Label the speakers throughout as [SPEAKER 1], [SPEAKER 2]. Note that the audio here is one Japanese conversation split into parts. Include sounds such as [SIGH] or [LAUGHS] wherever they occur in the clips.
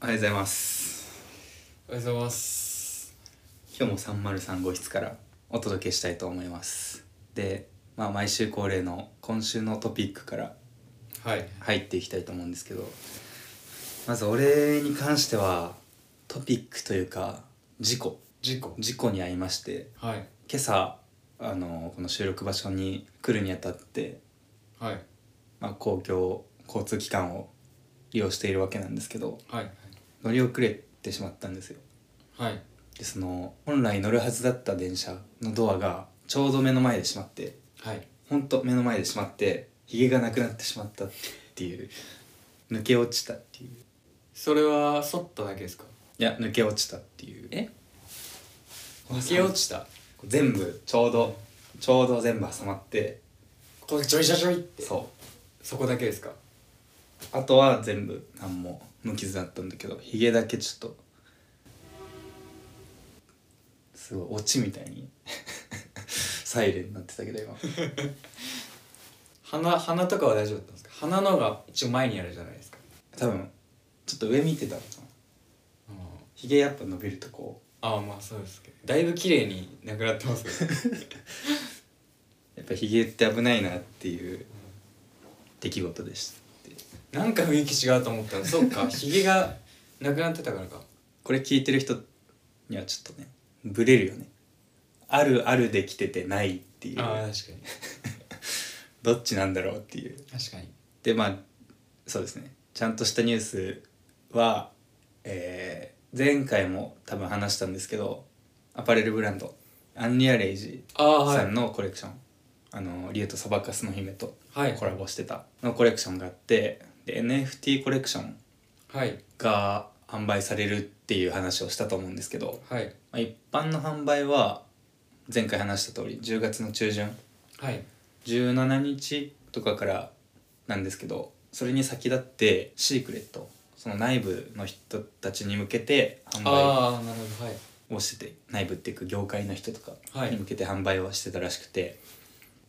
[SPEAKER 1] おはようございます
[SPEAKER 2] おはようございます
[SPEAKER 1] 今日も303号室からお届けしたいと思いますで、まあ、毎週恒例の今週のトピックから
[SPEAKER 2] はい
[SPEAKER 1] 入っていきたいと思うんですけどまず俺に関してはトピックというか事故
[SPEAKER 2] 事故
[SPEAKER 1] 事故に遭いまして
[SPEAKER 2] はい
[SPEAKER 1] 今朝あのこの収録場所に来るにあたって、
[SPEAKER 2] はい
[SPEAKER 1] まあ、公共交通機関を利用しているわけなんですけど
[SPEAKER 2] はい
[SPEAKER 1] 乗り遅れてしまったんですよ
[SPEAKER 2] はい
[SPEAKER 1] でその本来乗るはずだった電車のドアがちょうど目の前で閉まって
[SPEAKER 2] はい
[SPEAKER 1] ほんと目の前で閉まってひげがなくなってしまったっていう抜け落ちたっていう
[SPEAKER 2] それは剃っただけですか
[SPEAKER 1] いや抜け落ちたっていう
[SPEAKER 2] え
[SPEAKER 1] 抜
[SPEAKER 2] 抜
[SPEAKER 1] け
[SPEAKER 2] け
[SPEAKER 1] 落
[SPEAKER 2] 落
[SPEAKER 1] ち
[SPEAKER 2] ちた
[SPEAKER 1] 全部ちょうどちょうど全部挟まって
[SPEAKER 2] これちょいちょいちょいって
[SPEAKER 1] そ
[SPEAKER 2] そこだけですか
[SPEAKER 1] うあとは全部何も無傷だったんだけどひげだけちょっとすごい落ちみたいに [LAUGHS] サイレンになってたけど今
[SPEAKER 2] 鼻鼻とかは大丈夫だったんですか鼻のが一応前にあるじゃないですか
[SPEAKER 1] 多分ちょっと上見てたのかなひげやっぱ伸びるとこ
[SPEAKER 2] ああまあそうですけどだいぶ綺麗になくなってます [LAUGHS] ね
[SPEAKER 1] やっぱひげって危ないなっていう出来事でした
[SPEAKER 2] なんか雰囲気違うと思ったらそっかひげがなくなってたからか
[SPEAKER 1] これ聞いてる人にはちょっとねブレるよねあるあるできててないっていう
[SPEAKER 2] ああ確かに
[SPEAKER 1] どっちなんだろうっていう
[SPEAKER 2] 確かに
[SPEAKER 1] でまあそうですねちゃんとしたニュースは、えー前回も多分話したんですけどアパレルブランドアンリアレイジ
[SPEAKER 2] ああは
[SPEAKER 1] さ
[SPEAKER 2] い
[SPEAKER 1] んのコレクション、あの竜とサバカスの姫と
[SPEAKER 2] はい
[SPEAKER 1] コラボしてたのコレクションがあってで NFT コレクション
[SPEAKER 2] はい
[SPEAKER 1] が販売されるっていう話をしたと思うんですけど、
[SPEAKER 2] はい
[SPEAKER 1] まあ、一般の販売は前回話した通り10月の中旬
[SPEAKER 2] はい
[SPEAKER 1] 17日とかからなんですけどそれに先立ってシークレットその内部の人たちに向けて販売
[SPEAKER 2] ああなるほどはい
[SPEAKER 1] をしてて内部っていうか業界の人とか
[SPEAKER 2] はい
[SPEAKER 1] に向けて販売をしてたらしくて、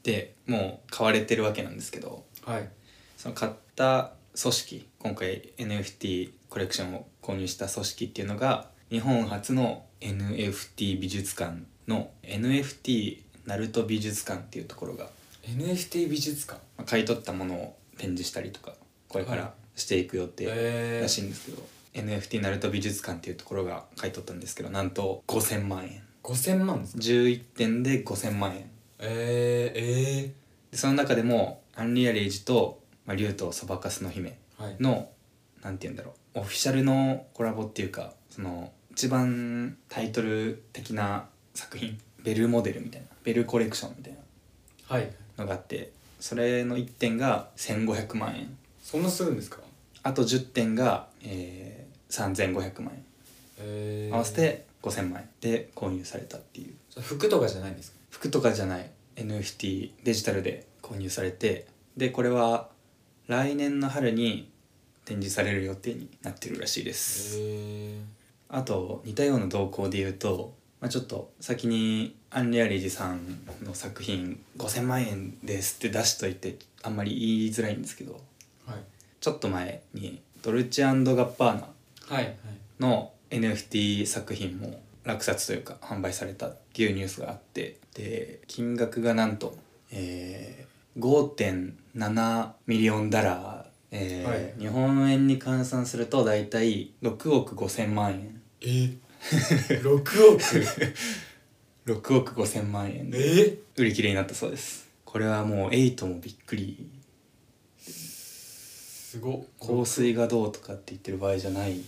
[SPEAKER 1] でもう買われてるわけなんですけど
[SPEAKER 2] はい
[SPEAKER 1] その買った組織今回 NFT コレクションを購入した組織っていうのが日本初の NFT 美術館の NFT ナルト美術館っていうところが
[SPEAKER 2] NFT 美術館
[SPEAKER 1] まあ買い取ったものを展示したりとかこれか
[SPEAKER 2] はい
[SPEAKER 1] らしていく予定
[SPEAKER 2] え
[SPEAKER 1] らしいんですけど、NFT ナルト美術館っていうところが買い取ったんですけどなんと5000万円
[SPEAKER 2] 5000万ですか
[SPEAKER 1] 11点で5000万円
[SPEAKER 2] えー、え
[SPEAKER 1] でその中でもアンリアレイジと、まあ、竜とそばかすの姫
[SPEAKER 2] ー、はい
[SPEAKER 1] のなんて言うんだろうオフィシャルのコラボっていうかその一番タイトル的な作品ベルモデルみたいなベルコレクションみたい
[SPEAKER 2] はい
[SPEAKER 1] なのがあってそれの1点が1500万円
[SPEAKER 2] そんなするんですか
[SPEAKER 1] あと10点が、えー、3500万
[SPEAKER 2] え
[SPEAKER 1] 円
[SPEAKER 2] ー、
[SPEAKER 1] 合わせて5000万円で購入されたっていう
[SPEAKER 2] それ服とかじゃないんですか
[SPEAKER 1] 服とかじゃない NFT デジタルで購入されてでこれは来年の春に展示される予定になってるらしいです、
[SPEAKER 2] え
[SPEAKER 1] あと似たような動向で言うと、まあ、ちょっと先にアンリアレイジさんの作品5000万円ですって出しといてあんまり言いづらいんですけど
[SPEAKER 2] ー、はい
[SPEAKER 1] ちょっと前にドルチェガッパーナ
[SPEAKER 2] はいはい
[SPEAKER 1] の NFT 作品も落札というか販売されたっていうニュースがあってで金額がなんと、えー5.7ミリオンダラー、えー
[SPEAKER 2] はい
[SPEAKER 1] 日本円に換算すると大体6億5,000万円
[SPEAKER 2] えー、6億 [LAUGHS]
[SPEAKER 1] 6億5,000万円
[SPEAKER 2] え
[SPEAKER 1] で
[SPEAKER 2] ー、
[SPEAKER 1] 売り切れになったそうですこれはもうエイトもびっくり
[SPEAKER 2] すごっ
[SPEAKER 1] 香水がどうとかって言ってる場合じゃない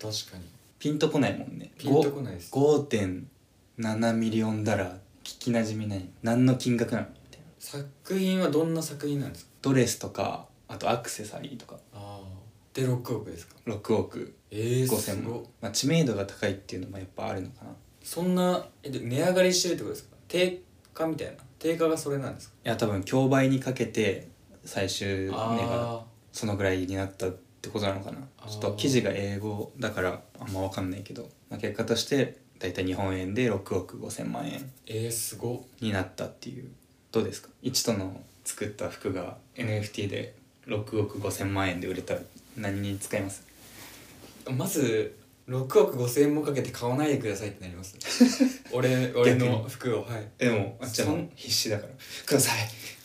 [SPEAKER 2] 確かに
[SPEAKER 1] ピンとこないもんね
[SPEAKER 2] ピンとこないです
[SPEAKER 1] 5.7ミリオンダラー聞きなじみない何の金額なのみたいな
[SPEAKER 2] 作品はどんな作品なんですか
[SPEAKER 1] ドレスとかあとアクセサリーとか
[SPEAKER 2] ああで6億ですか
[SPEAKER 1] 6億
[SPEAKER 2] えー、す
[SPEAKER 1] 5000
[SPEAKER 2] ごっ
[SPEAKER 1] 万、まあ、知名度が高いっていうのもやっぱあるのかな
[SPEAKER 2] そんなえで値上がりしてるってことですか定価みたいな定価がそれなんですか
[SPEAKER 1] いや多分競売にかけて最終値が
[SPEAKER 2] あ
[SPEAKER 1] そのぐらいになったってことなのかな
[SPEAKER 2] あー
[SPEAKER 1] ちょっと記事が英語だからあんま分かんないけど、まあ、結果として大体日本円で6億5,000万円
[SPEAKER 2] ーえー、すごっ
[SPEAKER 1] になったっていうどうですか一との作った服が NFT で6億5,000万円で売れたら何に使います
[SPEAKER 2] まず6億5千円もかけて買わないでくださいってなります俺俺の服をはい
[SPEAKER 1] でもあっちゃ
[SPEAKER 2] そ
[SPEAKER 1] ん
[SPEAKER 2] ん
[SPEAKER 1] 必死だから「ください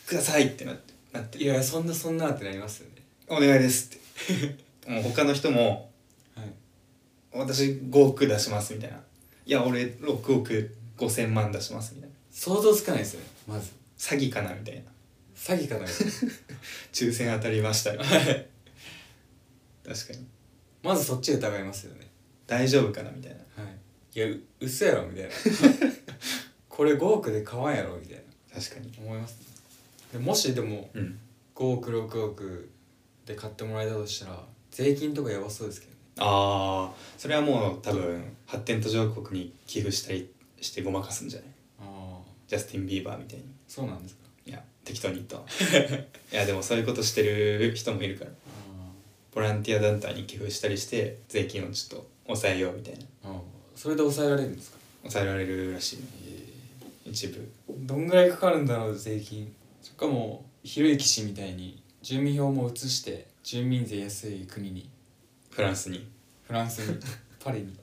[SPEAKER 1] ください」ってなってなって
[SPEAKER 2] いやそんなそんなってなりますよね
[SPEAKER 1] 「お願いです」って [LAUGHS] もう他の人も
[SPEAKER 2] はい
[SPEAKER 1] 「私5億出します」みたいな「いや俺6億5千万出します」みたいな
[SPEAKER 2] 想像つかないですよねまず
[SPEAKER 1] 詐欺かなみたいな
[SPEAKER 2] 詐欺かな
[SPEAKER 1] 抽選当たりま [LAUGHS] したみたいな
[SPEAKER 2] はい
[SPEAKER 1] 確かに
[SPEAKER 2] まずそっち疑いますよね
[SPEAKER 1] 大丈夫かなみたいな
[SPEAKER 2] はいいやう嘘やろみたいなこれ5億で買わんやろみたいな
[SPEAKER 1] 確かに
[SPEAKER 2] 思いますねでもしでも
[SPEAKER 1] うん
[SPEAKER 2] 5億6億で買ってもらえたとしたら税金とかやばそうですけどね
[SPEAKER 1] ああそれはもう多分発展途上国に寄付したりしてごまかすんじゃない
[SPEAKER 2] ああ
[SPEAKER 1] ジャスティン・ビーバーみたいに
[SPEAKER 2] そうなんですか
[SPEAKER 1] いや適当に言ったわ [LAUGHS] いやでもそういうことしてる人もいるからボランティア団体に寄付したりして税金をちょっと抑えようみたいな
[SPEAKER 2] ああそれで抑えられるんですか
[SPEAKER 1] 抑えられるらしいね一部
[SPEAKER 2] どんぐらいかかるんだろう税金そっかもうひろゆき氏みたいに住民票も移して住民税安い国に
[SPEAKER 1] フランスに
[SPEAKER 2] フランス [LAUGHS] にパリに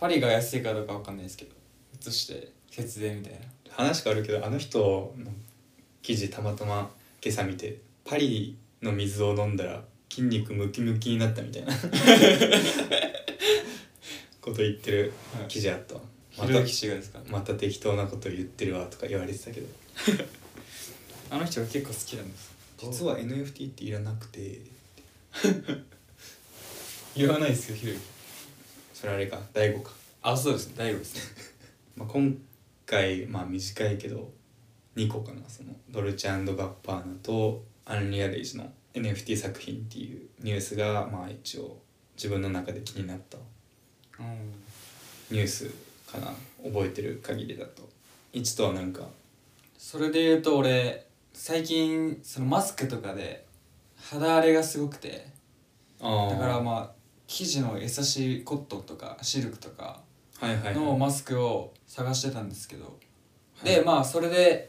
[SPEAKER 2] パリが安いかどうかわかんないですけど移して節税みたいな
[SPEAKER 1] 話変わるけどあの人の記事たまたま今朝見てパリの水を飲んだら筋肉ムキムキになったみたいな [LAUGHS] こと言ってる記事あったわま
[SPEAKER 2] ひ
[SPEAKER 1] た
[SPEAKER 2] ろゆき氏がですか
[SPEAKER 1] また適当なこと言ってるわとか言われてたけど
[SPEAKER 2] あの人が結構好きなんです
[SPEAKER 1] 実は NFT っていらなくて
[SPEAKER 2] 言わないですよひろゆき
[SPEAKER 1] それあれか第5か、
[SPEAKER 2] あそうです大丈夫ですね
[SPEAKER 1] まあ、今回まあ短いけど2個かなそのドルチェガッパーナとアンリアレイジの NFT 作品っていうニュースがまあ一応自分の中で気になった
[SPEAKER 2] うん
[SPEAKER 1] ニュースかな覚えてる限りだと一とはなんか
[SPEAKER 2] それで言うと俺最近そのマスクとかで肌荒れがすごくて
[SPEAKER 1] あ
[SPEAKER 2] だからまあ生地の優しいコットンとかシルクとか
[SPEAKER 1] あはいはい、
[SPEAKER 2] の
[SPEAKER 1] は
[SPEAKER 2] マスクを探してたんですけど、
[SPEAKER 1] い、
[SPEAKER 2] でまあそれで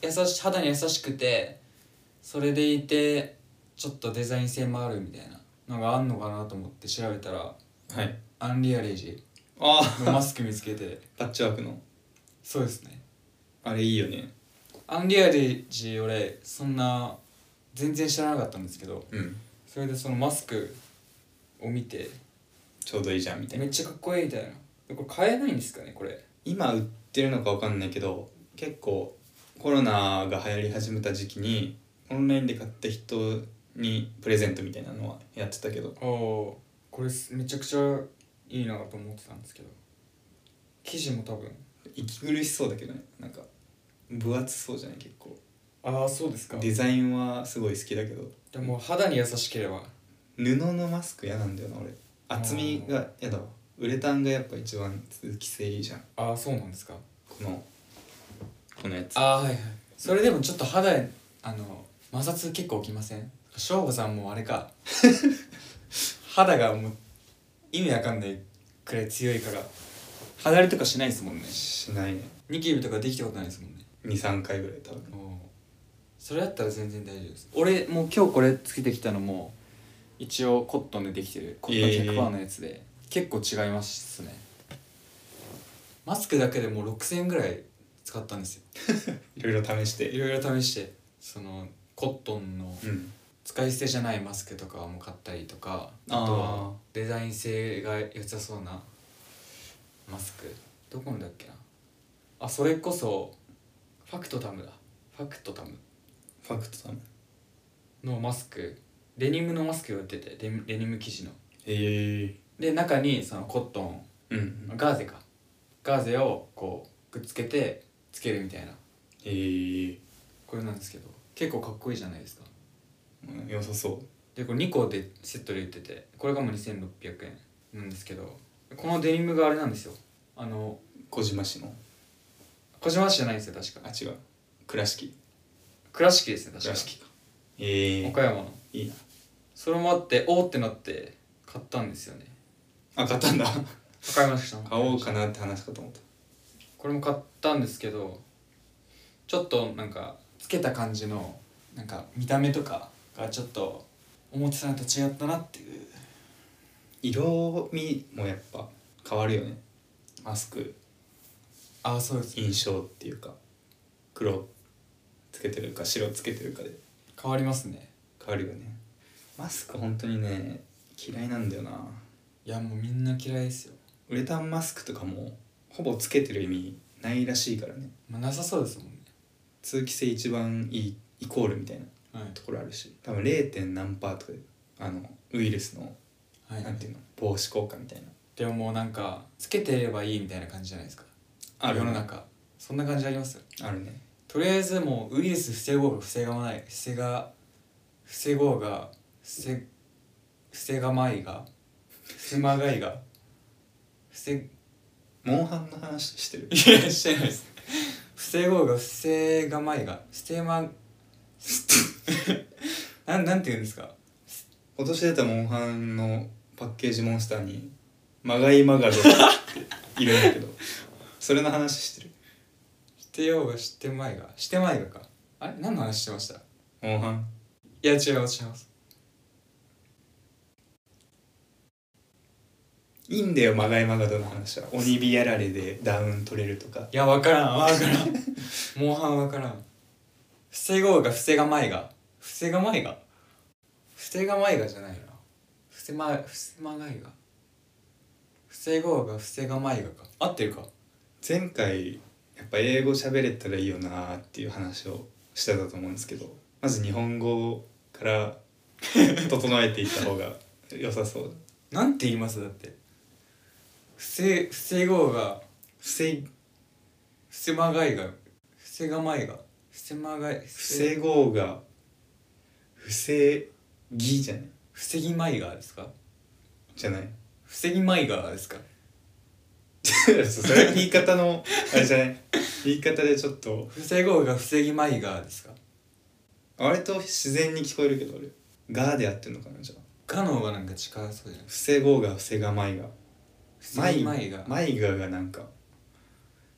[SPEAKER 2] 優し肌に優しくてそれでいてちょっとデザイン性もあるみたいなのがあんのかなと思って調べたら
[SPEAKER 1] はい
[SPEAKER 2] アンリアレイジ
[SPEAKER 1] あ
[SPEAKER 2] のマスク見つけて [LAUGHS]
[SPEAKER 1] あパッチワークの
[SPEAKER 2] そうですね
[SPEAKER 1] あれいいよね
[SPEAKER 2] アンリアレイジ俺そんな全然知らなかったんですけど
[SPEAKER 1] うん
[SPEAKER 2] それでそのマスクを見て
[SPEAKER 1] ちょうどいいじゃんみたいな
[SPEAKER 2] めっちゃかっこいいみたいなこれ買えないんですかねこれ
[SPEAKER 1] 今売ってるのかわかんないけど結構コロナが流行り始めた時期にオンラインで買った人にプレゼントみたいなのはやってたけど
[SPEAKER 2] ああこれすめちゃくちゃいいなと思ってたんですけど生地も多分
[SPEAKER 1] 息苦しそうだけどねなんか分厚そうじゃない結構
[SPEAKER 2] ああそうですか
[SPEAKER 1] デザインはすごい好きだけど
[SPEAKER 2] でも肌に優しければ
[SPEAKER 1] 布のマスク嫌なんだよな俺厚みが嫌だわウレタンがやっぱ一番通気性いいじゃん
[SPEAKER 2] ああそうなんですか
[SPEAKER 1] このこのやつ
[SPEAKER 2] ああはいはいそれでもちょっと肌へあの摩擦結構起きません省吾さんもあれ [LAUGHS] か肌がもう意味わかんないくらい強いから肌荒れとかしないですもんね
[SPEAKER 1] しないね
[SPEAKER 2] ニキビとかできたことないですもんね
[SPEAKER 1] 23回ぐらい多分
[SPEAKER 2] それだったら全然大丈夫です俺もう今日これつけてきたのも一応コットンでできてるコットン100%のやつで、結構違いますねマスクだけでもう6000円ぐらい使ったんですよ
[SPEAKER 1] いろいろ試し
[SPEAKER 2] い
[SPEAKER 1] て
[SPEAKER 2] ろいろ試してそのコットンの
[SPEAKER 1] うん
[SPEAKER 2] 使い捨てじゃないマスクとかも買ったりとか
[SPEAKER 1] あー
[SPEAKER 2] あとはデザイン性が良さそうなマスクどこのだっけなあそれこそファクトタムだファクトタム
[SPEAKER 1] ファクトだもん
[SPEAKER 2] のマスクデニムのマスクが売っててデニデニム生地の
[SPEAKER 1] へえ
[SPEAKER 2] で中にそのコットン
[SPEAKER 1] うん
[SPEAKER 2] ガーゼかガーゼをこうくっつけてつけるみたいな
[SPEAKER 1] えー、
[SPEAKER 2] これなんですけど結構かっこいいじゃないですか
[SPEAKER 1] うん良さそ
[SPEAKER 2] でこれ2個でセットで売っててこれがもう2600円なんですけどこのデニムがあれなんですよあの
[SPEAKER 1] う小島市の
[SPEAKER 2] 小島市じゃないんですよ確
[SPEAKER 1] あ
[SPEAKER 2] か
[SPEAKER 1] 違う倉敷
[SPEAKER 2] 倉敷ですね確か
[SPEAKER 1] 倉敷かええ
[SPEAKER 2] 岡山の
[SPEAKER 1] いいな
[SPEAKER 2] それもあっておおってなって買ったんですよね
[SPEAKER 1] あ買ったんだ [LAUGHS]
[SPEAKER 2] 買いました
[SPEAKER 1] 買おうかなって話かと思った
[SPEAKER 2] これも買ったんですけどちょっとなんかつけた感じのなんか見た目とかがちょっと思ってたのと違ったなっていう
[SPEAKER 1] 色味もやっぱ変わるよねマスク
[SPEAKER 2] ああそうですね
[SPEAKER 1] 印象っていうか黒つけてるか白つけてるかで
[SPEAKER 2] 変わりますね
[SPEAKER 1] 変わるよねマスク本当にね嫌いなんだよない
[SPEAKER 2] やもうみんな嫌いですよ、
[SPEAKER 1] ウレタンマスクとかもほぼつけてる意味ないらしいからね
[SPEAKER 2] まあ、なさそうですもんね
[SPEAKER 1] 通気性一番いいイコールみたいな
[SPEAKER 2] はい
[SPEAKER 1] ところあるし多分 0. 点何パーとかであのウイルスの
[SPEAKER 2] はい
[SPEAKER 1] なんていうの防止効果みたいな
[SPEAKER 2] でももうなんかつけてればいいみたいな感じじゃないですか
[SPEAKER 1] ある
[SPEAKER 2] 世
[SPEAKER 1] ね
[SPEAKER 2] の中そんな感じありますよ
[SPEAKER 1] あるね
[SPEAKER 2] とりあえずもうウイルス防ごうが防がない防が防ごうが防防がまいが防まがいが防
[SPEAKER 1] モンハンの話してる
[SPEAKER 2] いやしてないです防ごうが防がまいが防ま [LAUGHS] なんなんて言うんですか
[SPEAKER 1] 今年出たモンハンのパッケージモンスターにマガイマガドっているんだけど [LAUGHS] それの話してる
[SPEAKER 2] してようがしてまいがしてまいがかあれ何の話してましたい
[SPEAKER 1] モンハン
[SPEAKER 2] や違います違います
[SPEAKER 1] いいんだよマガイマガドの話は鬼火やられでダウン取れるとか
[SPEAKER 2] いや分からん分からんモンハン分からん防ごうが防がまいが防がまいが防がまいがじゃないな防ま防まがいが防ごうが防がまいがか合ってるか
[SPEAKER 1] 前回やっぱ英語喋れたらいいよなーっていう話をしてたと思うんですけどまず日本語から
[SPEAKER 2] [LAUGHS]
[SPEAKER 1] 整えていった方が良さそう
[SPEAKER 2] なんて言いますだって防防ごうが
[SPEAKER 1] 防い
[SPEAKER 2] 防まがいが防がまいが防まがい
[SPEAKER 1] 防ごうが防ぎじゃない
[SPEAKER 2] 防ぎまいがですか
[SPEAKER 1] じゃない [LAUGHS]
[SPEAKER 2] 防ぎまいがですか
[SPEAKER 1] それは言い方のあれじゃない言い方でちょっと
[SPEAKER 2] 防ごうが防ぎまいがですか
[SPEAKER 1] 割と自然に聞こえるけど俺がーでやってるのかなじゃあ
[SPEAKER 2] ガの方がなんか近そうじゃない
[SPEAKER 1] 防ごうが防がまいが
[SPEAKER 2] 防ぎまいが
[SPEAKER 1] まいががなんか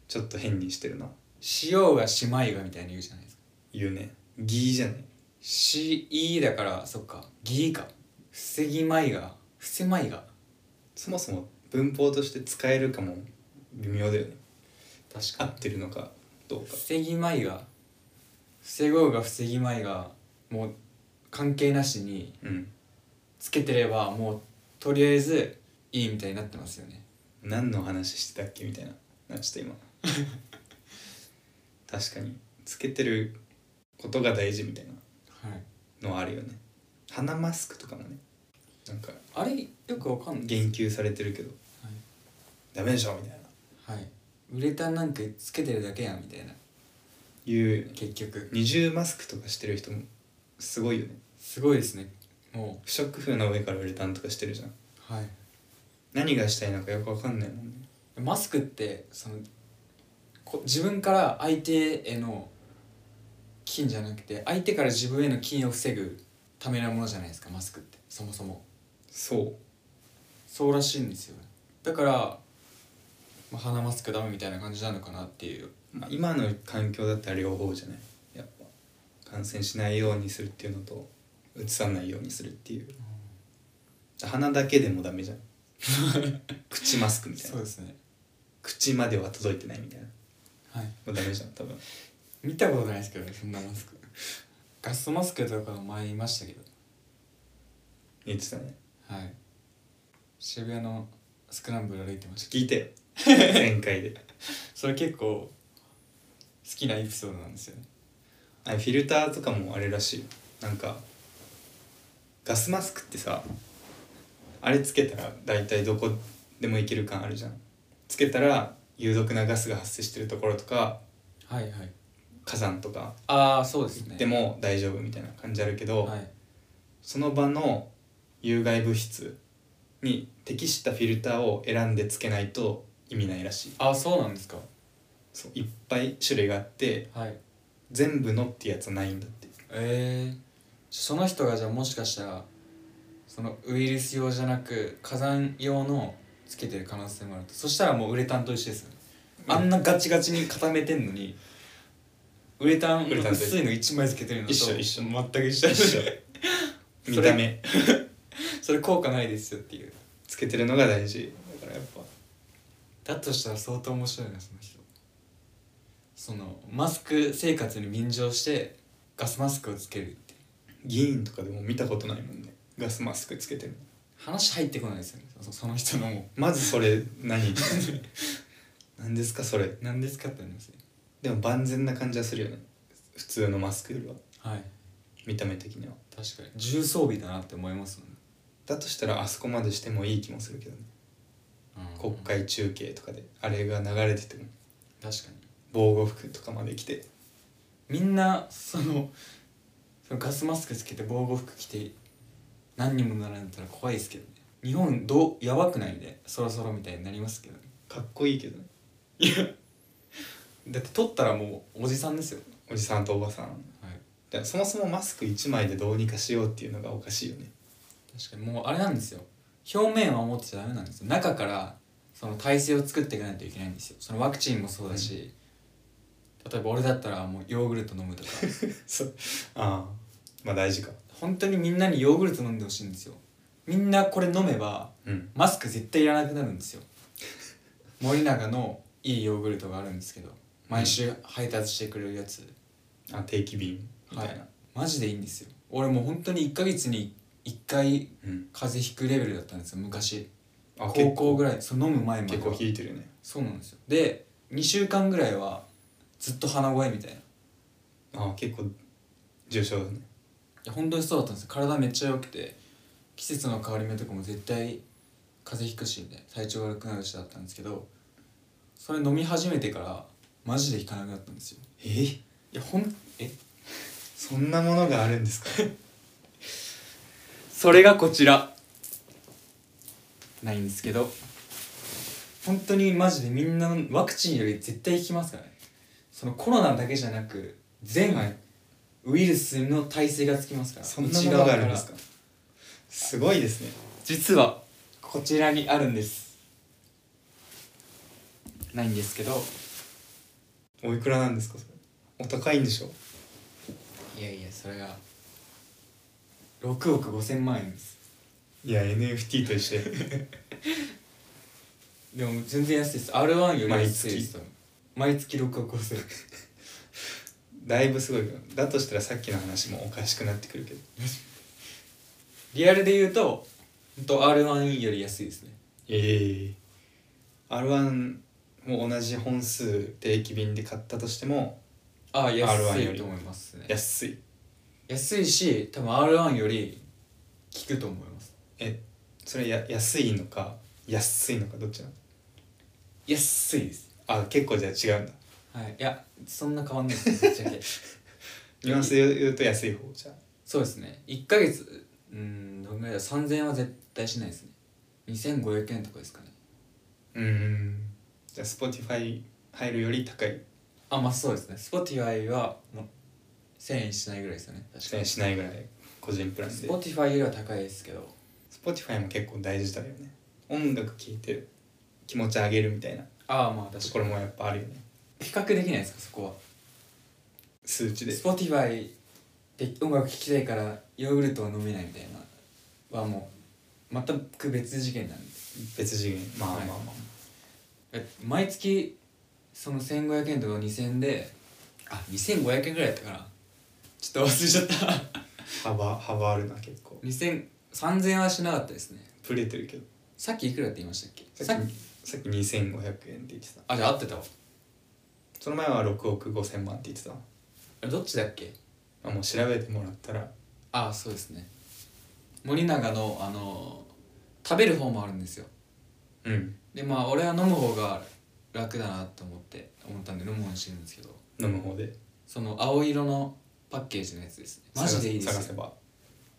[SPEAKER 1] ちょっと変にしてるな
[SPEAKER 2] しようがしまいがみたいに言うじゃないですか
[SPEAKER 1] 言うねぎじゃない
[SPEAKER 2] しいいだからそっかぎか防ぎまいが防まいが
[SPEAKER 1] そもそも文法として使えるかも微妙だよね
[SPEAKER 2] 確
[SPEAKER 1] 合ってるのかどうか
[SPEAKER 2] 防ぎまいが防ごうが防ぎまいがもう関係なしに
[SPEAKER 1] うん
[SPEAKER 2] つけてればもうとりあえずいいみたいになってますよね
[SPEAKER 1] 何の話してたっけみたいななちょっと今確かにつけてることが大事みたい
[SPEAKER 2] はい
[SPEAKER 1] なのはあるよね鼻マスクとかもねなんか
[SPEAKER 2] あれよくわかんない
[SPEAKER 1] 言及されてるけどダメでしょみたいな
[SPEAKER 2] はい、はい、ウレタンなんかつけてるだけやんみたいな
[SPEAKER 1] いう
[SPEAKER 2] 結局
[SPEAKER 1] 二重マスクとかしてる人もすごいよね
[SPEAKER 2] すごいですねも
[SPEAKER 1] 不織布の上からウレタンとかしてるじゃん
[SPEAKER 2] うはい
[SPEAKER 1] 何がしたいのかよくわかんないもんね
[SPEAKER 2] マスクってそのこ自分から相手への菌じゃなくて相手から自分への菌を防ぐためのものじゃないですかマスクってそもそも
[SPEAKER 1] そう
[SPEAKER 2] そうらしいんですよだから、まあ、鼻マスクダメみたいな感じなのかなっていう
[SPEAKER 1] まあ、今の環境だったら両方じゃないやっぱ感染しないようにするっていうのとうつさないようにするっていう鼻だけでもダ
[SPEAKER 2] [LAUGHS]
[SPEAKER 1] メじゃん口マスクみたい
[SPEAKER 2] そう
[SPEAKER 1] な
[SPEAKER 2] ですね
[SPEAKER 1] 口までは届いてないみたいな
[SPEAKER 2] はい
[SPEAKER 1] もうダメじゃん多分
[SPEAKER 2] 見たことないですけどねそんなマスクガストマスクとかの前いましたけど
[SPEAKER 1] 言ってたね
[SPEAKER 2] はい渋谷のスクランブル歩いてました
[SPEAKER 1] 聞い
[SPEAKER 2] [LAUGHS]
[SPEAKER 1] てよ前回で
[SPEAKER 2] それ結構好きなエピソードなんですよね
[SPEAKER 1] あフィルターとかもあれらしいよなんかガスマスクってさあれつけたら大体どこでもいける感あるじゃんつけたら有毒なガスが発生してるところとか
[SPEAKER 2] はいはい
[SPEAKER 1] 火山とか
[SPEAKER 2] ああそうですね
[SPEAKER 1] でも大丈夫みたいな感じあるけど、
[SPEAKER 2] はい
[SPEAKER 1] その場の有害物質に適したフィルターを選んでつけないと意味ないらしい
[SPEAKER 2] ああそうなんですか
[SPEAKER 1] そういっぱい種類があって
[SPEAKER 2] はい
[SPEAKER 1] 全部のってやつはないんだって
[SPEAKER 2] ええその人がじゃあもしかしたらそのウイルス用じゃなく火山用のつけてる可能性もあるとそしたらもうウレタンと一緒ですよねあんなガチガチに固めてんのにウレタン
[SPEAKER 1] ウレタン
[SPEAKER 2] の
[SPEAKER 1] と一緒
[SPEAKER 2] 薄いの1枚つけてるのと
[SPEAKER 1] 一緒一緒
[SPEAKER 2] [LAUGHS] 全く一緒
[SPEAKER 1] 一緒 [LAUGHS] 見た目
[SPEAKER 2] それ効果ないですよっていう
[SPEAKER 1] つけてるのが大事だからやっぱ
[SPEAKER 2] だとしたら相当面白いなその人そのマスク生活に便乗してガスマスクをつけるって
[SPEAKER 1] 議員とかでも見たことないもんねガスマスクつけてるの
[SPEAKER 2] 話入ってこないですよねそその人のも
[SPEAKER 1] まずそれ何 [LAUGHS] 何ですかそれ
[SPEAKER 2] 何ですかってなりますね
[SPEAKER 1] でも万全な感じはするよね普通のマスクよりは
[SPEAKER 2] はい
[SPEAKER 1] 見た目的には
[SPEAKER 2] 確かに重装備だなって思いますもんね、
[SPEAKER 1] だとしたらあそこまでしてもいい気もするけどね国会中継とかであれが流れてても
[SPEAKER 2] 確かに
[SPEAKER 1] 防護服とかまで着て
[SPEAKER 2] みんなそのそのガスマスクつけて防護服着て何にもならんたら怖いですけどね日本どうやばくないねそろそろみたいになりますけどね
[SPEAKER 1] かっこいいけどね
[SPEAKER 2] いやだって取ったらもうおじさんですよ
[SPEAKER 1] おじさんとおばさん
[SPEAKER 2] はい
[SPEAKER 1] でそもそもマスク1枚でどうにかしようっていうのがおかしいよね [LAUGHS]
[SPEAKER 2] 確かにもうあれなんですよ表面は持ってちゃダメなんですよ中からその体制を作っていかないといけないんですよそのワクチンもそうだし、例えば俺だったらもうヨーグルト飲むとか
[SPEAKER 1] そうああまあ大事か
[SPEAKER 2] 本当にみんなにヨーグルト飲んでほしいんですよみんなこれ飲めば
[SPEAKER 1] うん
[SPEAKER 2] マスク絶対いらなくなるんですよ森永のいいヨーグルトがあるんですけど毎週配達してくれるやつ、
[SPEAKER 1] あ定期便みたいな、
[SPEAKER 2] はいマジでいいんですよ俺もう本当に1ヶ月に1回
[SPEAKER 1] うん、
[SPEAKER 2] 風邪ひくレベルだったんですよ昔
[SPEAKER 1] あ
[SPEAKER 2] 高校ぐ
[SPEAKER 1] らい
[SPEAKER 2] らいその飲む前まで
[SPEAKER 1] 結
[SPEAKER 2] は
[SPEAKER 1] 構引いてるね
[SPEAKER 2] そうなんですよで2週間ぐらいはずっと鼻声みたいない
[SPEAKER 1] ああ結構重症だね
[SPEAKER 2] や本当にそうだったんですよ体めっちゃ良くて季節の変わり目とかも絶対風邪ひくしみたいな体調悪くなるしだったんですけどそれ飲み始めてからマジでひかなくなったんですよ
[SPEAKER 1] え
[SPEAKER 2] いやほんえ
[SPEAKER 1] そんなものがあるん
[SPEAKER 2] [LAUGHS]
[SPEAKER 1] ですか
[SPEAKER 2] それがこちらないんですけど本当にマジでみんなワクチンより絶対効きますからねそのコロナだけじゃなく全
[SPEAKER 1] はい
[SPEAKER 2] ウイルスの耐性がつきますから
[SPEAKER 1] そんなものがあるんです
[SPEAKER 2] 内側ら
[SPEAKER 1] かすごいですね
[SPEAKER 2] 実はこちらにあるんですないんですけど
[SPEAKER 1] おいくらなんですかそれお高いんでしょ
[SPEAKER 2] いやいやそれが6億5千万円です
[SPEAKER 1] いや NFT として [LAUGHS]
[SPEAKER 2] でも全然安いです R1 より安いで
[SPEAKER 1] 毎
[SPEAKER 2] す
[SPEAKER 1] 月
[SPEAKER 2] 多分毎月6億5千万
[SPEAKER 1] だいぶすごいけどだとしたらさっきの話もおかしくなってくるけど
[SPEAKER 2] リアルで言うとほんと R1 より安いですね
[SPEAKER 1] ええ R1 も同じ本数定期便で買ったとしても
[SPEAKER 2] ああ
[SPEAKER 1] R1
[SPEAKER 2] 安
[SPEAKER 1] よ
[SPEAKER 2] い
[SPEAKER 1] り
[SPEAKER 2] と思いますね
[SPEAKER 1] 安い
[SPEAKER 2] 安いし多分 R1 より効くと思います
[SPEAKER 1] えそれや安いのか安いのかどっちなの
[SPEAKER 2] 安いです
[SPEAKER 1] あ結構じゃあ違うんだ
[SPEAKER 2] はいいやそんな変わんないですぶっち [LAUGHS] ゃけ
[SPEAKER 1] ニュアンスで言うと安い方じゃん
[SPEAKER 2] そうですね1ヶ月うーんどんぐらいだ3000円は絶対しないですね2500円とかですかね
[SPEAKER 1] うーんじゃあ Spotify 入るより高い
[SPEAKER 2] あまあそうですね Spotify はもう1000円しないぐらいですよね確
[SPEAKER 1] し
[SPEAKER 2] か
[SPEAKER 1] ない
[SPEAKER 2] に
[SPEAKER 1] しないぐらい個人プランで
[SPEAKER 2] Spotify よりは高いですけど
[SPEAKER 1] Spotify も結構大事だよね音楽聴いて気持ち上げるみたいな
[SPEAKER 2] ああまあ確か
[SPEAKER 1] と
[SPEAKER 2] に
[SPEAKER 1] ころもやっぱあるよね
[SPEAKER 2] 比較できないですかそこは
[SPEAKER 1] 数値で
[SPEAKER 2] Spotify で音楽聴きたいからヨーグルトは飲めないみたいなはもう全く別次元なんで
[SPEAKER 1] 別次元まあまあまあ、
[SPEAKER 2] え毎月その1500円とか2000円であ2500円ぐらいやったかなちょっと忘れちゃった [LAUGHS]
[SPEAKER 1] 幅幅あるな結構
[SPEAKER 2] 2000 3000円はしなかったですね
[SPEAKER 1] プレてるけど
[SPEAKER 2] さっきいくらって言いましたっけ
[SPEAKER 1] さ
[SPEAKER 2] さっ
[SPEAKER 1] っ
[SPEAKER 2] き
[SPEAKER 1] きさっき2500円って言ってた
[SPEAKER 2] あじゃあ合ってたわ
[SPEAKER 1] その前は6億5000万って言ってたな
[SPEAKER 2] あどっちだっけ
[SPEAKER 1] まあもう調べてもらったら
[SPEAKER 2] ああそうですね森永のあのー食べる方もあるんですよ
[SPEAKER 1] うん
[SPEAKER 2] でまあ俺は飲む方が楽だなと思って思ったんで飲む方にしてるんですけど
[SPEAKER 1] 飲む方で
[SPEAKER 2] その青色のパッケージのやつですねマジでいいで
[SPEAKER 1] 探せ
[SPEAKER 2] す
[SPEAKER 1] 探せ
[SPEAKER 2] よ
[SPEAKER 1] ば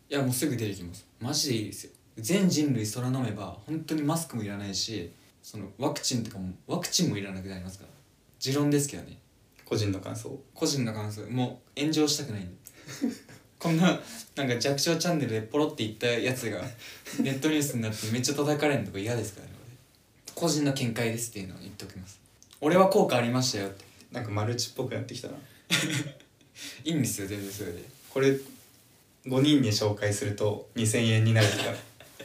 [SPEAKER 2] いやもうすぐ出てきますマジでいいですよ全人類それ飲めば本当にマスクもいらないしそのワクチンとかもワクチンもいらなくなりますから持論ですけどね
[SPEAKER 1] 個人の感想
[SPEAKER 2] 個人の感想もう炎上したくないんでこんななんか弱小チャンネルでポロって言ったやつがネットニュースになってめっちゃ叩かれるのとか嫌ですからね俺個人の見解ですっていうのを言っておきます俺は効果ありましたよって
[SPEAKER 1] なんかマルチっぽくなってきたない
[SPEAKER 2] いんですよ全然それで [LAUGHS]
[SPEAKER 1] これ5人に紹介すると2000円になるとか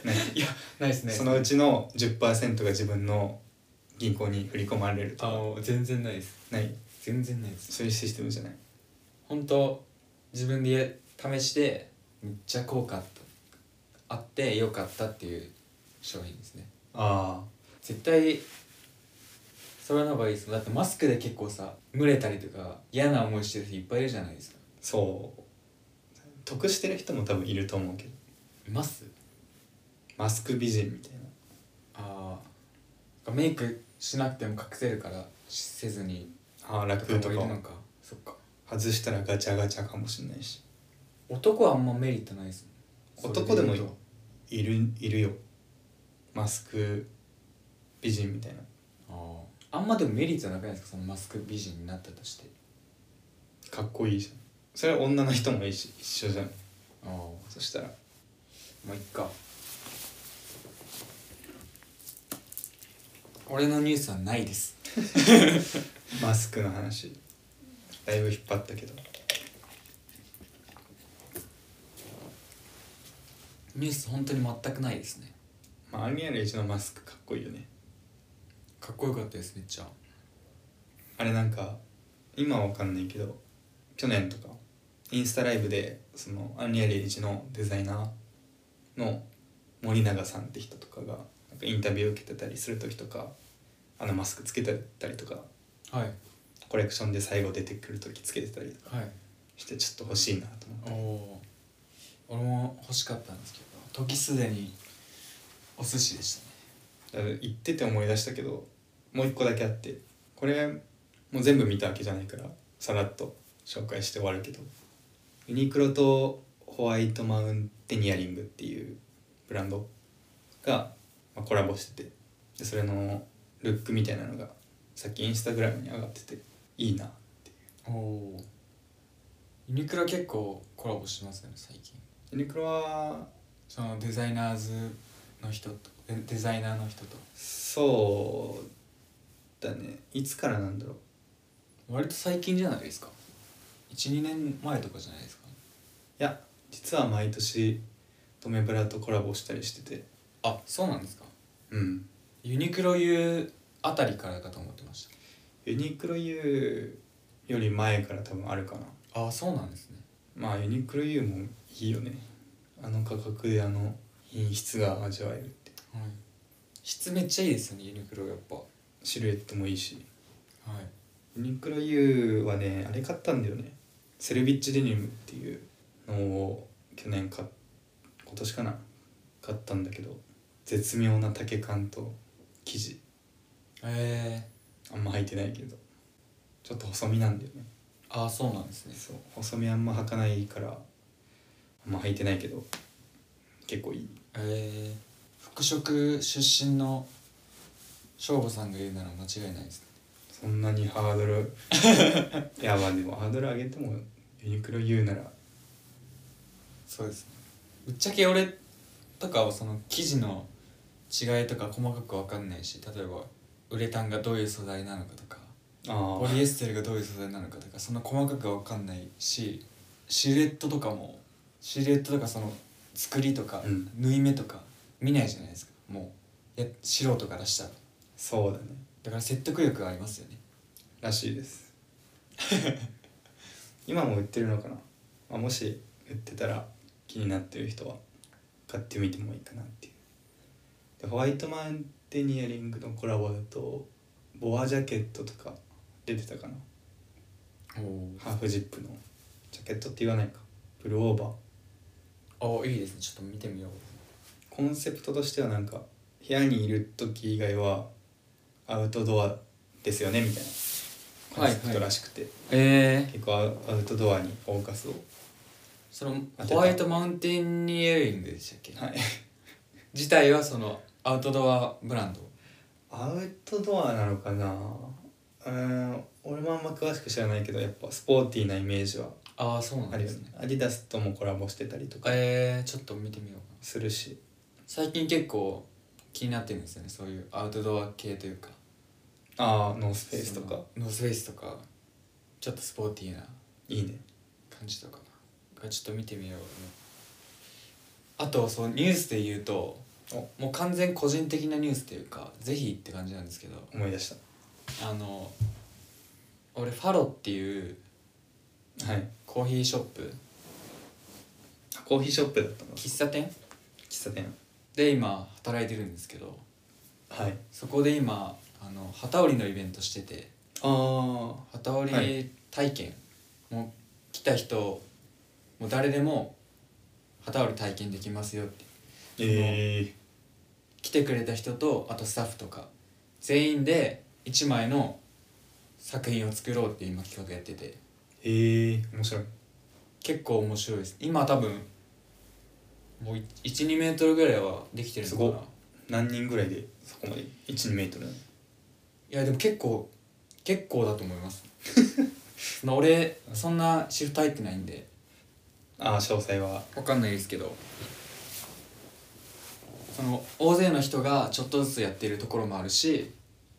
[SPEAKER 1] ない
[SPEAKER 2] いやないですね
[SPEAKER 1] そのうちの10%が自分の銀行に振り込まれると
[SPEAKER 2] あ
[SPEAKER 1] か
[SPEAKER 2] の全然ないです
[SPEAKER 1] ない
[SPEAKER 2] 全然ないです
[SPEAKER 1] そういうシステムじゃない
[SPEAKER 2] 本当自分で試してめっちゃ効果あったあってよかったっていう商品ですね
[SPEAKER 1] あ
[SPEAKER 2] 絶対それの方がいいですだってマスクで結構さ蒸れたりとか嫌な思いしてる人いっぱいいるじゃないですか
[SPEAKER 1] そう得してる人も多分いると思うけど
[SPEAKER 2] います
[SPEAKER 1] マスク美人みたいな
[SPEAKER 2] ああメイクしなくても隠せるからしせずに
[SPEAKER 1] ああ楽
[SPEAKER 2] とか
[SPEAKER 1] と
[SPEAKER 2] もい
[SPEAKER 1] か
[SPEAKER 2] るの
[SPEAKER 1] も
[SPEAKER 2] かそっか
[SPEAKER 1] 外したらガチャガチャかもしれないし
[SPEAKER 2] 男はあんまメリットないですもん
[SPEAKER 1] 男でも
[SPEAKER 2] それ言うと
[SPEAKER 1] いるいるよマスク美人みたいな
[SPEAKER 2] あーあんまでもメリットなくないですかそのマスク美人になったとして
[SPEAKER 1] かっこいいじゃんそれは女の人もいいし一緒じゃん
[SPEAKER 2] ああま
[SPEAKER 1] そしたら
[SPEAKER 2] あいっか俺のニュースはないです
[SPEAKER 1] マスクの話だいぶ引っ張ったけど
[SPEAKER 2] ニュース本当に全くないですね
[SPEAKER 1] まあアンリアル一のマスクかっこいいよね
[SPEAKER 2] かっこよかったですめっちゃ
[SPEAKER 1] あれなんか今はわかんないけど去年とかインスタライブでそのアンリアル一のデザイナーの森永さんって人とかがなんかインタビュー受けてたりする時とかあのマスクつけてたりとか
[SPEAKER 2] はい
[SPEAKER 1] コレクションで最後出てくる時つけてたり
[SPEAKER 2] はい
[SPEAKER 1] してちょっと欲しいなと思
[SPEAKER 2] お
[SPEAKER 1] っ
[SPEAKER 2] お俺も欲しかったんですけど時すでにお寿司でしたね
[SPEAKER 1] ただから言ってて思い出したけどもう一個だけあってこれもう全部見たわけじゃないからさらっと紹介して終わるけどユニクロとホワイトマウンテニアリングっていうブランドがまあコラボしててでそれのルックみたいなのがさっきインスタグラムに上がってていいな
[SPEAKER 2] おおユニクロ結構コラボしてますよね最近
[SPEAKER 1] ユニクロは
[SPEAKER 2] そのデザイナーズの人とデデザイナーの人と
[SPEAKER 1] そうだねいつからなんだろう
[SPEAKER 2] 割と最近じゃないですか12年前とかじゃないですか
[SPEAKER 1] いや実は毎年ドメブラとコラボしたりしてて
[SPEAKER 2] あそうなんですか
[SPEAKER 1] うん
[SPEAKER 2] ユニクロいうあたりからかと思ってまし
[SPEAKER 1] ユニクロ U より前から多分あるかな
[SPEAKER 2] たあそうなんですね
[SPEAKER 1] まあユニクロ U もいいよねあの価格であの品質が味わえるって
[SPEAKER 2] はい質めっちゃいいですよねユニクロやっぱは
[SPEAKER 1] シルエットもいいし
[SPEAKER 2] い
[SPEAKER 1] ユニクロ U はねあれ買ったんだよねセルビッチデニムっていうのを去年買っ今年かな買ったんだけど絶妙な丈感と生地
[SPEAKER 2] え
[SPEAKER 1] あんま履いてないけどちょっと細身なんだよね
[SPEAKER 2] ー、あそうなんですね
[SPEAKER 1] そう細身あんま履かないからあんま履いてないけど結構いい
[SPEAKER 2] えー、服飾出身の省吾さんが言うなら間違いないですね
[SPEAKER 1] そんなにハードル [LAUGHS] いやまあでもハードル上げてもユニクロ言うなら
[SPEAKER 2] そうですねぶっちゃけ俺とかはその生地の違いとか細かく分かんないし例えばウレタンがどういう素材なのかとか
[SPEAKER 1] あ
[SPEAKER 2] ポリエステルがどういう素材なのかとかそんな細かくは分かんないしシルエットとかもシルエットとかその作りとか、
[SPEAKER 1] うん
[SPEAKER 2] 縫い目とか見ないじゃないですかもうや素人からしたら
[SPEAKER 1] そうだね
[SPEAKER 2] だから説得力がありますよね
[SPEAKER 1] らしいです今も売ってるのかな、まあ、もし売ってたら気になってる人は買ってみてもいいかなっていうでホワイトマウンテニアリングのコラボだとボアジャケットとか出てたかなハーフジップのジャケットって言わないかプルオーバー
[SPEAKER 2] あいいですねちょっと見てみよう
[SPEAKER 1] コンセプトとしてはなんか部屋にいる時以外はアウトドアですよねみたいなコンセプトらしくて、
[SPEAKER 2] ええ
[SPEAKER 1] 結構アウトドアにフォーカスを
[SPEAKER 2] その
[SPEAKER 1] 当てた
[SPEAKER 2] ホワイトマウンテンニエリングでしたっけ、
[SPEAKER 1] はい
[SPEAKER 2] 自体はそのアウトドアブランド
[SPEAKER 1] アウトドアなのかなうーん俺もあんま詳しく知らないけどやっぱスポーティーなイメージは
[SPEAKER 2] ああそうな
[SPEAKER 1] あ
[SPEAKER 2] ん
[SPEAKER 1] る
[SPEAKER 2] で
[SPEAKER 1] よ
[SPEAKER 2] す
[SPEAKER 1] ね
[SPEAKER 2] ね
[SPEAKER 1] アディダスともコラボしてたりとか
[SPEAKER 2] ええちょっと見てみようかな
[SPEAKER 1] するし
[SPEAKER 2] 最近結構気になってるんですよねそういうアウトドア系というか
[SPEAKER 1] ああノースフェイスとか
[SPEAKER 2] そのノースフェイスとかちょっとスポーティーない
[SPEAKER 1] いね
[SPEAKER 2] 感じとかながちょっと見てみようあとそうニュースで言うと
[SPEAKER 1] お
[SPEAKER 2] もう完全個人的なニュースっていうかぜひって感じなんですけど
[SPEAKER 1] 思い出し
[SPEAKER 2] あの俺ファロっていう
[SPEAKER 1] たはい
[SPEAKER 2] コーヒーショップ
[SPEAKER 1] コーヒーショップだったの
[SPEAKER 2] 喫茶店
[SPEAKER 1] 喫茶店
[SPEAKER 2] で今働いてるんですけど
[SPEAKER 1] はい
[SPEAKER 2] そこで今あの機織りのイベントしてて
[SPEAKER 1] ああは
[SPEAKER 2] 機織
[SPEAKER 1] は
[SPEAKER 2] り体験、もう来た人もう誰でも機織り体験できますよって
[SPEAKER 1] え
[SPEAKER 2] 来てくれた人とあとスタッフとか全員で1枚の作品を作ろうっていう今企画やってて
[SPEAKER 1] ー、えー、面白い
[SPEAKER 2] 結構面白いです今多分もう12メートルぐらいはできてるのか
[SPEAKER 1] す
[SPEAKER 2] な
[SPEAKER 1] ごっ何人ぐらいでそこまで12メートル
[SPEAKER 2] いやでも結構結構だと思
[SPEAKER 1] [LAUGHS]
[SPEAKER 2] いますまあ俺そんなシフト入ってないんで
[SPEAKER 1] ああ詳細は
[SPEAKER 2] わかんないですけどその大勢の人がちょっとずつやってるところもあるし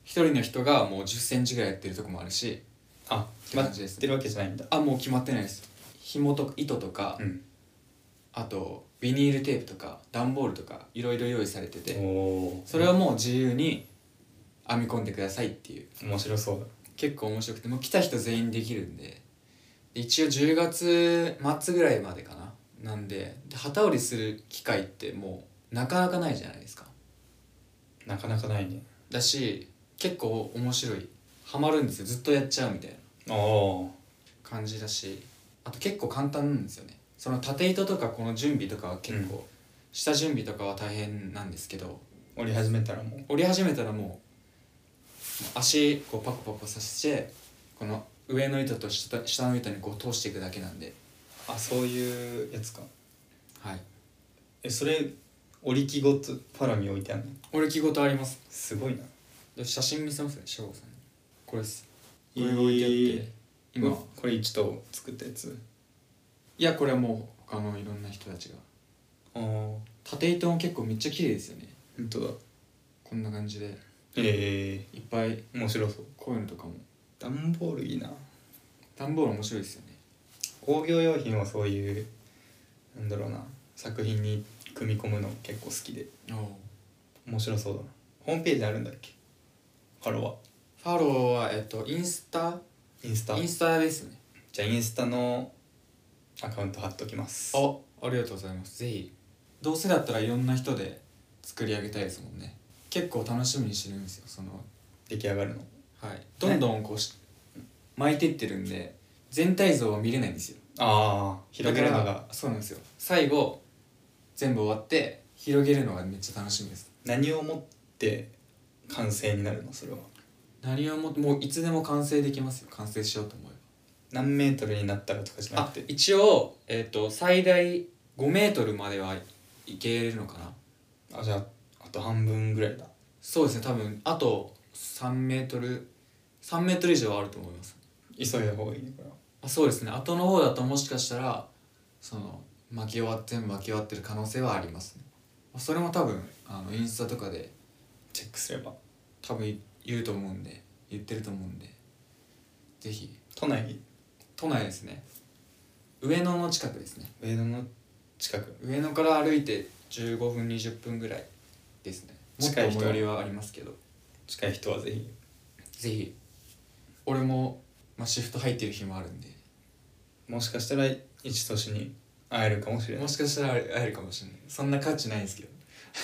[SPEAKER 2] 一人の人がもう1 0ンチぐらいやってるところもあるし
[SPEAKER 1] あ
[SPEAKER 2] って
[SPEAKER 1] 決ま
[SPEAKER 2] 感
[SPEAKER 1] っ
[SPEAKER 2] じです
[SPEAKER 1] てるわけじゃないんだ
[SPEAKER 2] あもう決まってないです紐とか糸とか、
[SPEAKER 1] うん
[SPEAKER 2] あとビニールテープとか段ボールとかいろいろ用意されてて
[SPEAKER 1] お
[SPEAKER 2] それはもう自由に編み込んでくださいっていう
[SPEAKER 1] 面白そうだ
[SPEAKER 2] 結構面白くてもう来た人全員できるんでで一応10月末ぐらいまでかななんでで旗織りする機会ってもうなかなかないじゃないですか
[SPEAKER 1] なかなかないね
[SPEAKER 2] だし結構面白いハマるんですよずっとやっちゃうみたいな
[SPEAKER 1] おお
[SPEAKER 2] 感じだしあと結構簡単なんですよねその縦糸とかこの準備とかは結構、下準備とかは大変なんですけど
[SPEAKER 1] ー折り始めたらもう
[SPEAKER 2] 折り始めたらもうもう足こうパコパコさせてこの上の糸と下下の糸にこう通していくだけなんで
[SPEAKER 1] あそういうやつか
[SPEAKER 2] はい
[SPEAKER 1] えそれ折り木ごとパラに置いてあるの
[SPEAKER 2] 俺着事あります
[SPEAKER 1] すごいな
[SPEAKER 2] で写真見せますね翔吾さんにこれです
[SPEAKER 1] え
[SPEAKER 2] こ
[SPEAKER 1] ー
[SPEAKER 2] れ置いてあって、今
[SPEAKER 1] これ一と作ったやつ
[SPEAKER 2] いやこれはもう他のいろんな人たちが
[SPEAKER 1] ああ本
[SPEAKER 2] 縦糸も結構めっちゃ綺麗ですよね
[SPEAKER 1] 当だ
[SPEAKER 2] こんな感じで
[SPEAKER 1] え
[SPEAKER 2] いっぱい
[SPEAKER 1] えー、面白そう
[SPEAKER 2] こういうのとかも
[SPEAKER 1] 段ボールいいな
[SPEAKER 2] 段ボール面白いですよね
[SPEAKER 1] 工業用品をそういうなんだろうな作品に組み込むの結構好きで面白そうだなホームページあるんだっけハロは
[SPEAKER 2] ファローはえっとインスタ
[SPEAKER 1] インスタ
[SPEAKER 2] インスタですね
[SPEAKER 1] じゃあインスタのアカウント貼っときます
[SPEAKER 2] あありがとうございますぜひどうせだったらいろんな人で作り上げたいですもんね結構楽しみにしてるんですよその
[SPEAKER 1] 出来上がるの
[SPEAKER 2] はいどんどんこうし、巻いてってるんで全体像は見れないんですよ
[SPEAKER 1] ああ広げるの
[SPEAKER 2] だ
[SPEAKER 1] が
[SPEAKER 2] からそうなんですよ最後全部終わって広げるのがめっちゃ楽しみです
[SPEAKER 1] 何をもって完成になるのそれは
[SPEAKER 2] 何をももういつでも完成できますよ完成しようと思えば
[SPEAKER 1] 何メートルになったらとかじゃな
[SPEAKER 2] あ
[SPEAKER 1] くて
[SPEAKER 2] 一応、えっと最大5メートルまではいけるのかな
[SPEAKER 1] あじゃああと半分ぐらいだ
[SPEAKER 2] そうですね多分あと3メートル3メートル以上はあると思います
[SPEAKER 1] 急いだ方がいいねこれは
[SPEAKER 2] あそうですね後の方だともしかしたらその巻き終わって全部巻き終わってる可能性はありますねそれも多分あのインスタとかで
[SPEAKER 1] チェックすれば
[SPEAKER 2] 多分言うと思うんで言ってると思うんでぜひ
[SPEAKER 1] 都内
[SPEAKER 2] 都内ですね上野の近くですね
[SPEAKER 1] 上野の近く
[SPEAKER 2] 上野から歩いて15分20分ぐらいですねもっと
[SPEAKER 1] 近い人
[SPEAKER 2] 最寄りはありますけど
[SPEAKER 1] 近い人はぜひ
[SPEAKER 2] ぜひ俺も、まあ、シフト入ってる日もあるんで
[SPEAKER 1] もしかしたら一年に会えるかもしれな
[SPEAKER 2] もしかしたら会えるかもしれないそんな価値ないんですけ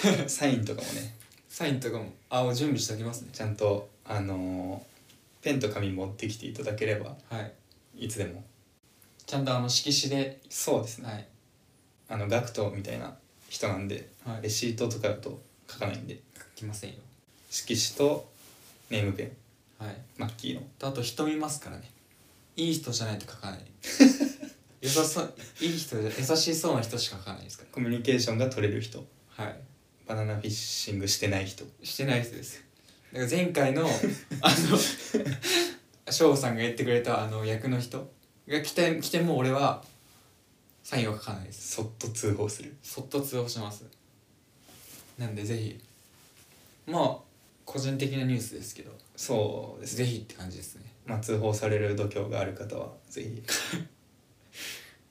[SPEAKER 2] ど
[SPEAKER 1] いサインとかもね
[SPEAKER 2] サインとかもあ準備しておきますね
[SPEAKER 1] ちゃんとあのーペンと紙持ってきていただければ
[SPEAKER 2] はい
[SPEAKER 1] いつでも
[SPEAKER 2] ちゃんとあの色紙で
[SPEAKER 1] そうですね
[SPEAKER 2] はい、
[SPEAKER 1] あのガクトみたいな人なんで
[SPEAKER 2] はい、
[SPEAKER 1] レシートとかだと書かないんで
[SPEAKER 2] 書きませんよ
[SPEAKER 1] 色紙とネームペン
[SPEAKER 2] はい
[SPEAKER 1] マッキーの
[SPEAKER 2] あと人見ますからねいい人じゃないと書かない優しそういい人じゃ優しそうな人しか書かないですか
[SPEAKER 1] コミュニケーションが取れる人
[SPEAKER 2] らはい
[SPEAKER 1] バナナフィッシングしてない人
[SPEAKER 2] してない人ですだから前回のあの翔吾さんが言ってくれたあの役の人が来て来ても俺はサインは書かないです
[SPEAKER 1] そっと通報する
[SPEAKER 2] そっと通報しますなんでぜひまあ個人的なニュースですけど
[SPEAKER 1] そうですね
[SPEAKER 2] ぜひって感じですね
[SPEAKER 1] まあ、通報される度胸がある方はぜひ、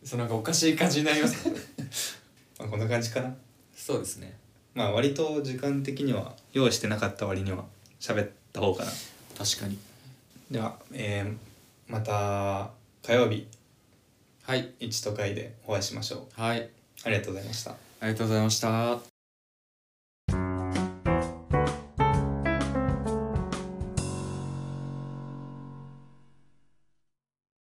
[SPEAKER 2] そうなんかおかしい感じになります
[SPEAKER 1] まあ、こんな感じかな
[SPEAKER 2] [LAUGHS] そうですね
[SPEAKER 1] まあ割と時間的には用意してなかった割には喋った方かな
[SPEAKER 2] 確かに
[SPEAKER 1] では、えーまた火曜日
[SPEAKER 2] はい
[SPEAKER 1] 一都会でお会いしましょう
[SPEAKER 2] はい
[SPEAKER 1] ありがとうございました
[SPEAKER 2] ありがとうございました